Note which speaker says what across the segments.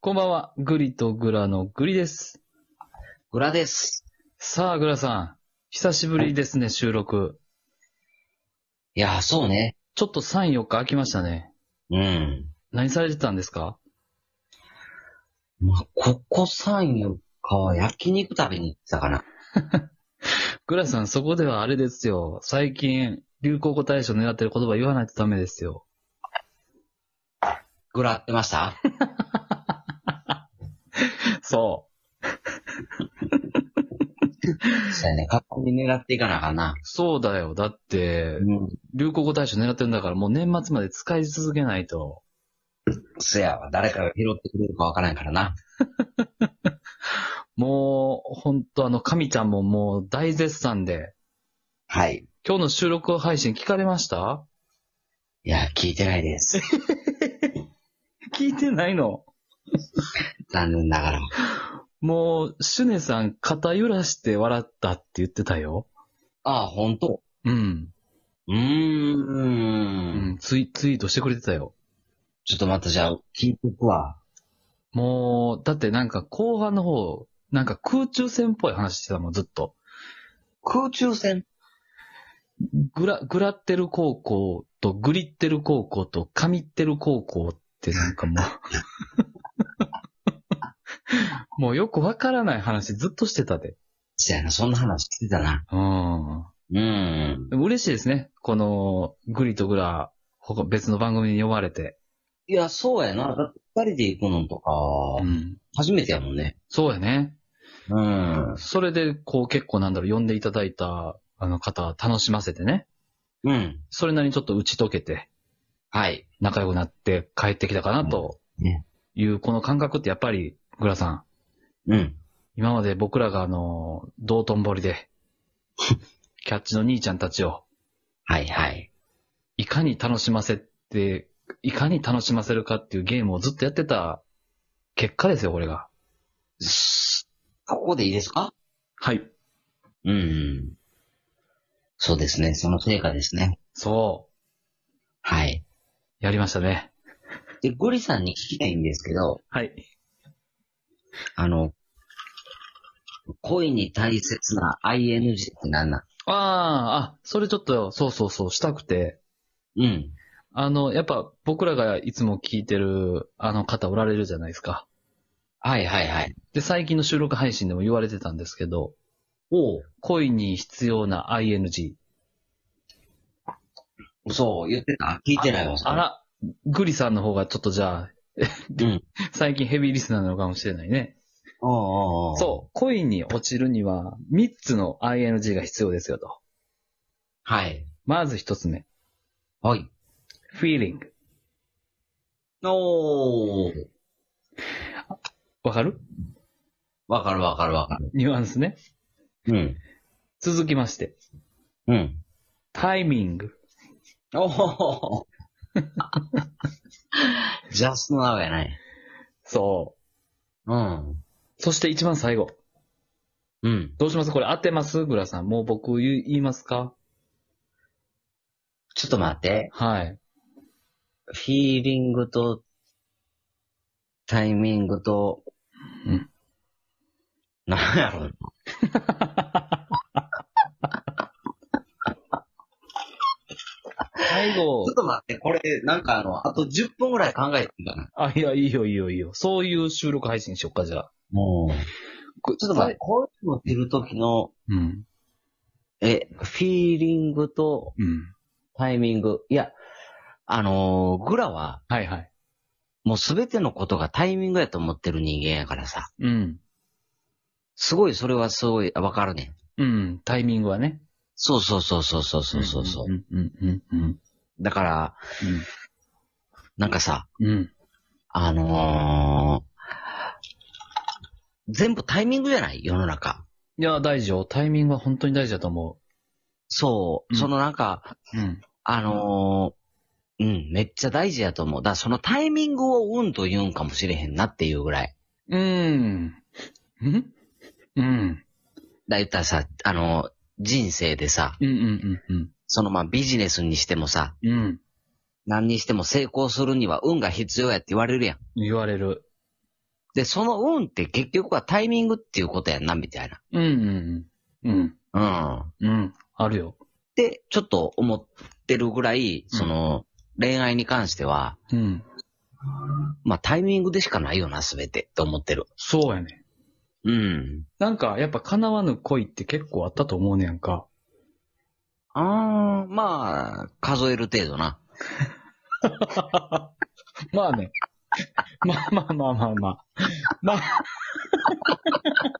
Speaker 1: こんばんは、グリとグラのグリです。
Speaker 2: グラです。
Speaker 1: さあ、グラさん。久しぶりですね、収録。
Speaker 2: いやー、そうね。
Speaker 1: ちょっと3、4日空きましたね。
Speaker 2: うん。
Speaker 1: 何されてたんですか
Speaker 2: まあ、ここ3、4日は焼肉食べに行ってたかな。
Speaker 1: グラさん、そこではあれですよ。最近、流行語大賞狙ってる言葉言わないとダメですよ。
Speaker 2: グラってました
Speaker 1: そ
Speaker 2: そうやね。格好に狙っていかなあかんな
Speaker 1: う。。そうだよ。だって、
Speaker 2: ん。
Speaker 1: 流行語大賞狙ってるんだから、もう年末まで使い続けないと。
Speaker 2: そやわ。誰かが拾ってくれるかわからんからな。
Speaker 1: もう、ほんとあの、神ちゃんももう大絶賛で。
Speaker 2: はい。
Speaker 1: 今日の収録配信聞かれました
Speaker 2: いやー、聞いてないです。
Speaker 1: 聞いてないの
Speaker 2: 残念ながら。
Speaker 1: もう、シュネさん、肩揺らして笑ったって言ってたよ。
Speaker 2: ああ、ほんと。
Speaker 1: うん。
Speaker 2: うー。
Speaker 1: うんん、ツイ、ツイートしてくれてたよ。
Speaker 2: ちょっとまたじゃあ、聞いとくわ。
Speaker 1: もう、だってなんか後半の方、なんか空中戦っぽい話してたもん、ずっと。
Speaker 2: 空中戦
Speaker 1: グラ、グラってる高校と、グリってる高校と、神ってる高校ってなんかも う。もうよくわからない話ずっとしてたで。
Speaker 2: そやな、そんな話聞いてたな。
Speaker 1: うん。
Speaker 2: うん。
Speaker 1: でも嬉しいですね。この、グリとグラ、他別の番組に呼ばれて。
Speaker 2: いや、そうやな。だって二人で行くのとか、
Speaker 1: うん。
Speaker 2: 初めてやもんね。
Speaker 1: そうやね。
Speaker 2: うん。
Speaker 1: それで、こう結構なんだろう、呼んでいただいた、あの方、楽しませてね。
Speaker 2: うん。
Speaker 1: それなりにちょっと打ち解けて、
Speaker 2: はい。
Speaker 1: 仲良くなって帰ってきたかな、と
Speaker 2: うんね
Speaker 1: いう、この感覚ってやっぱり、グラさん、
Speaker 2: うん。
Speaker 1: 今まで僕らがあの、道頓堀 で、キャッチの兄ちゃんたちを、
Speaker 2: はいはい。
Speaker 1: いかに楽しませて、いかに楽しませるかっていうゲームをずっとやってた結果ですよ、これが。
Speaker 2: ここでいいですか
Speaker 1: はい。
Speaker 2: うん。そうですね。その成果ですね。
Speaker 1: そ
Speaker 2: はい。
Speaker 1: う。やりましたね。
Speaker 2: で、ゴリさんに聞きたいんですけど、
Speaker 1: はい。
Speaker 2: あの、恋に大切な ING って何なん
Speaker 1: ああ、あ、それちょっと、そうそうそう、したくて。
Speaker 2: うん。
Speaker 1: あの、やっぱ僕らがいつも聞いてるあの方おられるじゃないですか。
Speaker 2: はいはいはい。
Speaker 1: で、最近の収録配信でも言われてたんですけど、
Speaker 2: お
Speaker 1: 恋に必要な ING。
Speaker 2: うそう、言ってた聞いてないわ。
Speaker 1: あら、グリさんの方がちょっとじゃあ、
Speaker 2: うん。
Speaker 1: 最近ヘビーリスナーなのかもしれないね。
Speaker 2: おうおうおう
Speaker 1: そう、恋に落ちるには3つの ING が必要ですよと。
Speaker 2: はい。
Speaker 1: まず1つ目、
Speaker 2: はい。
Speaker 1: feeling。
Speaker 2: おー。
Speaker 1: わかる
Speaker 2: わかるわかるわかる。
Speaker 1: ニュアンスね。
Speaker 2: うん。
Speaker 1: 続きまして、
Speaker 2: うん。
Speaker 1: タイミング。
Speaker 2: おお。 ジャストナウやない。
Speaker 1: そ
Speaker 2: うん。
Speaker 1: う。そして一番最後。
Speaker 2: うん。
Speaker 1: どうしますこれ当てますグラさん。もう僕言い言いますか
Speaker 2: ちょっと待って。
Speaker 1: はい。
Speaker 2: フィーリングと、タイミングと、
Speaker 1: うん。
Speaker 2: なんやろう。
Speaker 1: 最後
Speaker 2: ちょっ、と待って、これ、なんかあの、あと10分ぐらい考えてみたな。
Speaker 1: あ、いや、いいよ、いいよ、いいよ。そういう収録配信しよっか、じゃあ。
Speaker 2: もう。
Speaker 1: ち
Speaker 2: ちょっと待って、。こういうの着るときの、
Speaker 1: うん。
Speaker 2: え、フィーリングと
Speaker 1: うん。
Speaker 2: タイミング。いや、あのーグラは、
Speaker 1: はいはい。
Speaker 2: もうすべてのことがタイミングやと思ってる人間やからさ。
Speaker 1: うん。
Speaker 2: すごい、それはすごい、わかるねん。
Speaker 1: うん。タイミングはね。
Speaker 2: そうそうそうそうそうそうそうそう、
Speaker 1: んうんうんうん
Speaker 2: だから、なんかさ、
Speaker 1: うん。うん。
Speaker 2: あのー、全部タイミングじゃない世の中。
Speaker 1: いや、大事よ。タイミングは本当に大事だと思
Speaker 2: そう、
Speaker 1: うん
Speaker 2: そのなんか、
Speaker 1: う。うん。
Speaker 2: あのー、うん、めっちゃ大事やと思う。だからそのタイミングをうんと言うんかもしれへんなっていうぐらい。
Speaker 1: うん。うんうん。
Speaker 2: だ、言ったらさ、あのー人生でさ、
Speaker 1: うんうんうん
Speaker 2: そのまあビジネスにしてもさ、
Speaker 1: うん。うん。
Speaker 2: 何にしても成功するには運が必要やって言われるやん。
Speaker 1: 言われる。
Speaker 2: で、その運って結局はタイミングっていうことやんな、みたい
Speaker 1: うんうんうん。うん。
Speaker 2: な。うん。
Speaker 1: うん。あるよ。
Speaker 2: で、ちょっと思ってるぐらい、
Speaker 1: うん
Speaker 2: その、恋愛に関しては、
Speaker 1: うん。
Speaker 2: まあタイミングでしかないよな、すべて、と思ってる。
Speaker 1: そうやね。
Speaker 2: うん。
Speaker 1: なんか、やっぱ叶わぬ恋って結構あったと思うねやんか。
Speaker 2: あー、まあ、数える程度 な。
Speaker 1: まあね。 まあまあまあまあま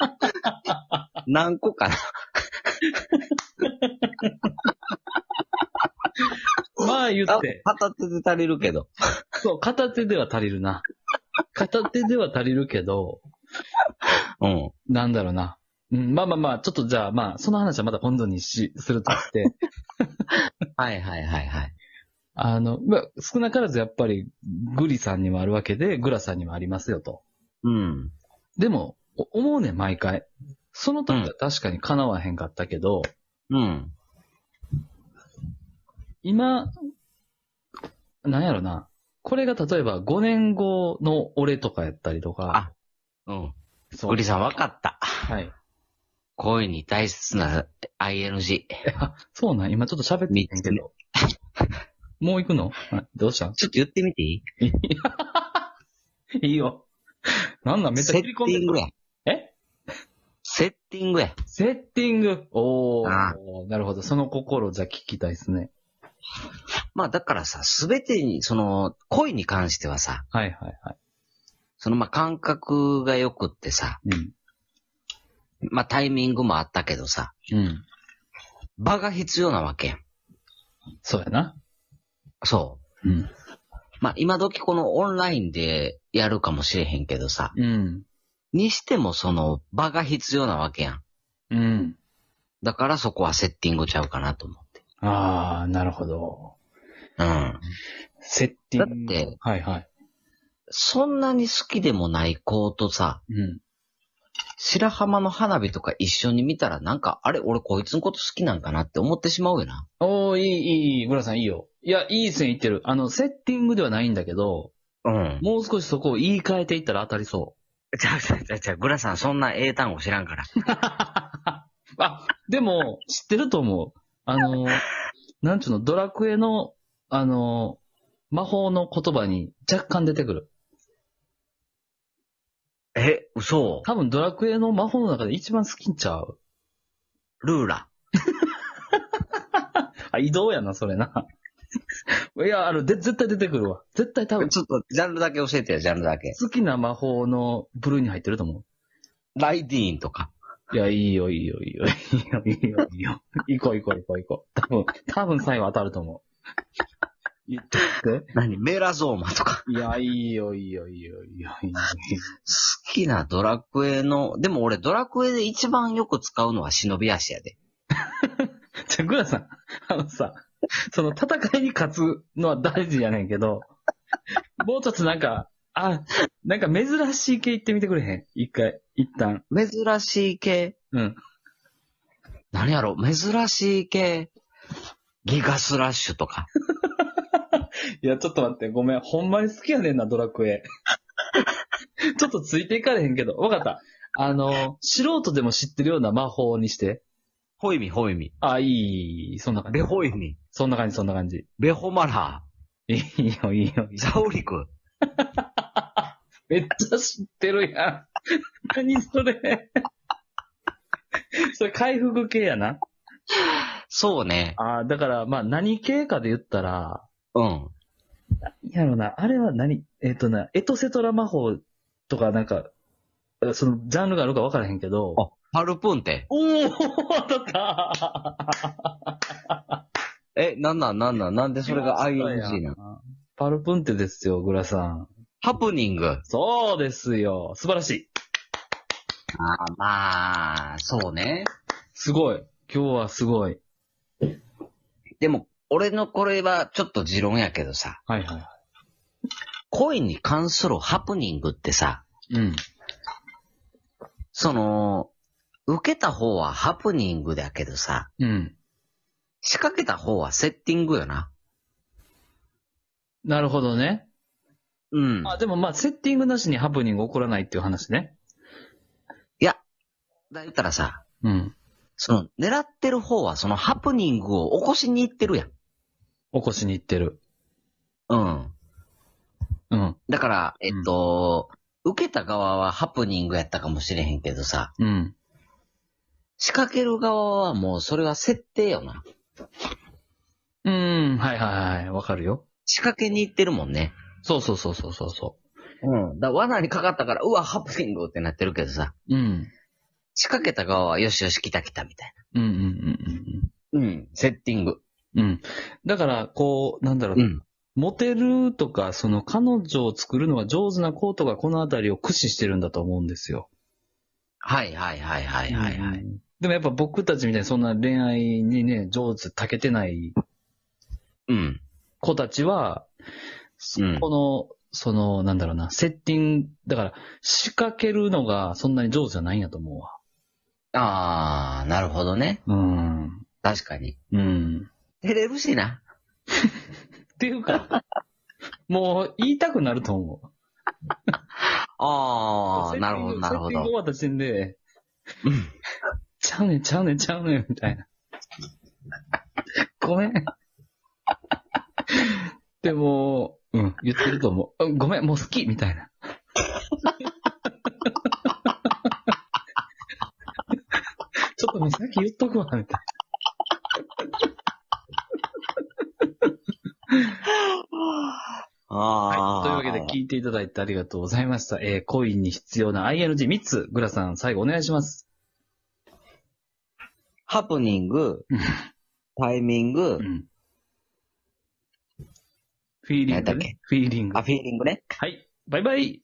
Speaker 1: あ。
Speaker 2: 何個かな。
Speaker 1: まあ言って。
Speaker 2: 片手で足りるけど。
Speaker 1: そう、片手では足りるな。片手では足りるけど、
Speaker 2: うん。
Speaker 1: なんだろうな。うん、まあまあまあ、ちょっとじゃあまあ、その話はまた今度にし、するとして、
Speaker 2: はいはいはいはい。
Speaker 1: あの、まあ、少なからずやっぱり、グリさんにもあるわけで、グラさんにもありますよと。
Speaker 2: うん。
Speaker 1: でも、お思うねん、毎回。その時は確かに叶わへんかったけど、
Speaker 2: うん。
Speaker 1: 今、なんやろな。これが例えば5年後の俺とかやったりとか。
Speaker 2: うん。
Speaker 1: あ、そ
Speaker 2: グリさん分かった。
Speaker 1: はい。
Speaker 2: 恋に大切な ING。
Speaker 1: そうなん、今ちょっと喋ってんけど。もう行くのはいどうしたん
Speaker 2: ちょっと言ってみていい
Speaker 1: いいよ。なんなんめっちゃ
Speaker 2: セ
Speaker 1: 切
Speaker 2: ッテ
Speaker 1: り込んで
Speaker 2: ィン
Speaker 1: る。
Speaker 2: グや。
Speaker 1: え
Speaker 2: セッティングや。
Speaker 1: セッティング。おー
Speaker 2: ああ
Speaker 1: なるほど。その心じゃ聞きたいですね。
Speaker 2: まあだからさ、すべてに、その、恋に関してはさ、
Speaker 1: はいはいはい。
Speaker 2: そのまあ感覚が良くってさ、
Speaker 1: うん。
Speaker 2: まあタイミングもあったけどさ、
Speaker 1: うん。
Speaker 2: 場が必要なわけやん。
Speaker 1: そうやな。
Speaker 2: そ
Speaker 1: うん。
Speaker 2: う。まあ今時このオンラインでやるかもしれへんけどさ、
Speaker 1: うん。
Speaker 2: にしてもその場が必要なわけやん。
Speaker 1: うん。
Speaker 2: だからそこはセッティングちゃうかなと思って。
Speaker 1: ああ、なるほど。
Speaker 2: うん。
Speaker 1: セッティング。
Speaker 2: だって
Speaker 1: はいはい。
Speaker 2: そんなに好きでもない子とさ、
Speaker 1: うん。
Speaker 2: 白浜の花火とか一緒に見たらなんか、あれ俺こいつのこと好きなんかなって思ってしまうよな。
Speaker 1: おー、いい、いい、グラさんいいよ。いや、いい線いってる。あの、セッティングではないんだけど、
Speaker 2: うん。
Speaker 1: もう少しそこを言い換えていったら当たりそ
Speaker 2: ちゃうちゃうちゃうちゃう、グラさんそんな英単語知らんから。
Speaker 1: う。あ、でも、知ってると思う。あの、なんちゅうの、ドラクエの、あの、魔法の言葉に若干出てくる。
Speaker 2: え、嘘
Speaker 1: 多分ドラクエの魔法の中で一番好きんちゃう。
Speaker 2: ルーラ。
Speaker 1: あ、移動やな、それな。 いや、あの、で、絶対出てくるわ。絶対多分、
Speaker 2: ちょっと、ジャンルだけ教えてよ、ジャンルだけ。
Speaker 1: 好きな魔法の部類に入ってると思
Speaker 2: ライディーンとか。
Speaker 1: う。いや、いいよ、いいよ、いいよ、いいよ、いいよ、いいよ。行こう、行こう、行こう、行こう。多分、多分最後当たると思う。言ってって。
Speaker 2: 何メラゾーマとか。
Speaker 1: いや、いいよ、いいよ、いいよ、いいよ、いいよ。
Speaker 2: 好きなドラクエの、でも俺ドラクエで一番よく使うのは忍び足やで。
Speaker 1: じゃあ、グラさん、あのさ、その戦いに勝つのは大事やねんけど、もうちょっとなんか、あ、なんか珍しい系行ってみてくれへん一回、一旦。
Speaker 2: 珍しい系。
Speaker 1: うん。
Speaker 2: 何やろ珍しい系。ギガスラッシュとか。
Speaker 1: いや、ちょっと待って、ごめん。ほんまに好きやねんな、ドラクエ。 ちょっとついていかれへんけど。わかった。あの、素人でも知ってるような魔法にして。
Speaker 2: ホイミ、ホイミ。
Speaker 1: あ、いい。そんな感じ
Speaker 2: レ。ホイミ。
Speaker 1: そんな感じ、そんな感じ。
Speaker 2: レホマラ
Speaker 1: いいよ、いいよ。いい
Speaker 2: ー。
Speaker 1: よ
Speaker 2: ザオリク。
Speaker 1: めっちゃ知ってるやん。 何それ。 それ回復系やな。
Speaker 2: そうね。
Speaker 1: あだから、まあ、何系かで言ったら、
Speaker 2: うん。
Speaker 1: いやろな、あれは何、えっ、とな、エトセトラ魔法とかなんか、その、ジャンルがあるか分からへんけど、
Speaker 2: あ、パルプンテ。
Speaker 1: おお当たった
Speaker 2: え、なんなんなんなんなんでそれが ING なの
Speaker 1: パルプンテですよ、グラさん。
Speaker 2: ハプニング。
Speaker 1: そうですよ。素晴らしい。
Speaker 2: あーまあ、そうね。
Speaker 1: すごい。今日はすごい。
Speaker 2: でも、俺のこれはちょっと持論やけどさ、
Speaker 1: はいはいは
Speaker 2: 恋に関するハプニングってさ、
Speaker 1: い。うん。
Speaker 2: その、受けた方はハプニングだけどさ、
Speaker 1: うん。
Speaker 2: 仕掛けた方はセッティングよな。
Speaker 1: なるほどね。
Speaker 2: うん。
Speaker 1: あ、でもまあ、セッティングなしにハプニング起こらないっていう話ね。
Speaker 2: いや、だ言ったらさ、
Speaker 1: うん。
Speaker 2: その、狙ってる方はそのハプニングを起こしに行ってるやん。
Speaker 1: 起こしに行ってる。
Speaker 2: うん。
Speaker 1: うん。
Speaker 2: だから、えっと、受けた側はハプニングやったかもしれへんけどさ、
Speaker 1: うん。
Speaker 2: 仕掛ける側はもうそれは設定よな。
Speaker 1: うーん、はいはいはい。わかるよ。
Speaker 2: 仕掛けに行ってるもんね。
Speaker 1: そうそうそうそうそうそ
Speaker 2: うん。だから罠にかかったから、うわ、ハプニングってなってるけどさ、
Speaker 1: う。うん。
Speaker 2: 仕掛けた側はよしよし来た来たみたい
Speaker 1: うんうんうん
Speaker 2: な。うん。セッティング。
Speaker 1: うん。うん。だから、こう、なんだろう、
Speaker 2: うん。
Speaker 1: モテるとか、その彼女を作るのが上手なコートがこのあたりを駆使してるんだと思うんですよ。
Speaker 2: はいはいはいはいはいはい。
Speaker 1: うんでもやっぱ僕たちみたいにそんな恋愛にね、上手、たけてない
Speaker 2: うん。
Speaker 1: 子たちは、
Speaker 2: うん
Speaker 1: この、その、なんだろうな、セッティング、だから仕掛けるのがそんなに上手じゃないんやと思うわ。
Speaker 2: あー、なるほどね。
Speaker 1: うん。
Speaker 2: 確かに。
Speaker 1: うん。
Speaker 2: 照れるしな。
Speaker 1: っていうか、もう言いたくなると思う。
Speaker 2: あー、
Speaker 1: セッティング
Speaker 2: なるほどなるほ
Speaker 1: セッティング終
Speaker 2: ど。
Speaker 1: わった時点で、
Speaker 2: うん
Speaker 1: ちゃうねんちゃうねんちゃうねんみたいな。ごめん。でも、うん、言ってると思う。うんごめん、もう好きみたいな。ちょっともうさっき言っとくわ、みたいな。
Speaker 2: あー。
Speaker 1: はい。というわけで聞いていただいてありがとうございました。えー、恋に必要な ING3 つ、グラさん最後お願いします。
Speaker 2: ハプニング、タイミング
Speaker 1: う、ん。フィーリン
Speaker 2: 何だ
Speaker 1: グ、
Speaker 2: っけ
Speaker 1: ね。フィーリング
Speaker 2: あ、。フィーリングね。
Speaker 1: はい。バイバイ。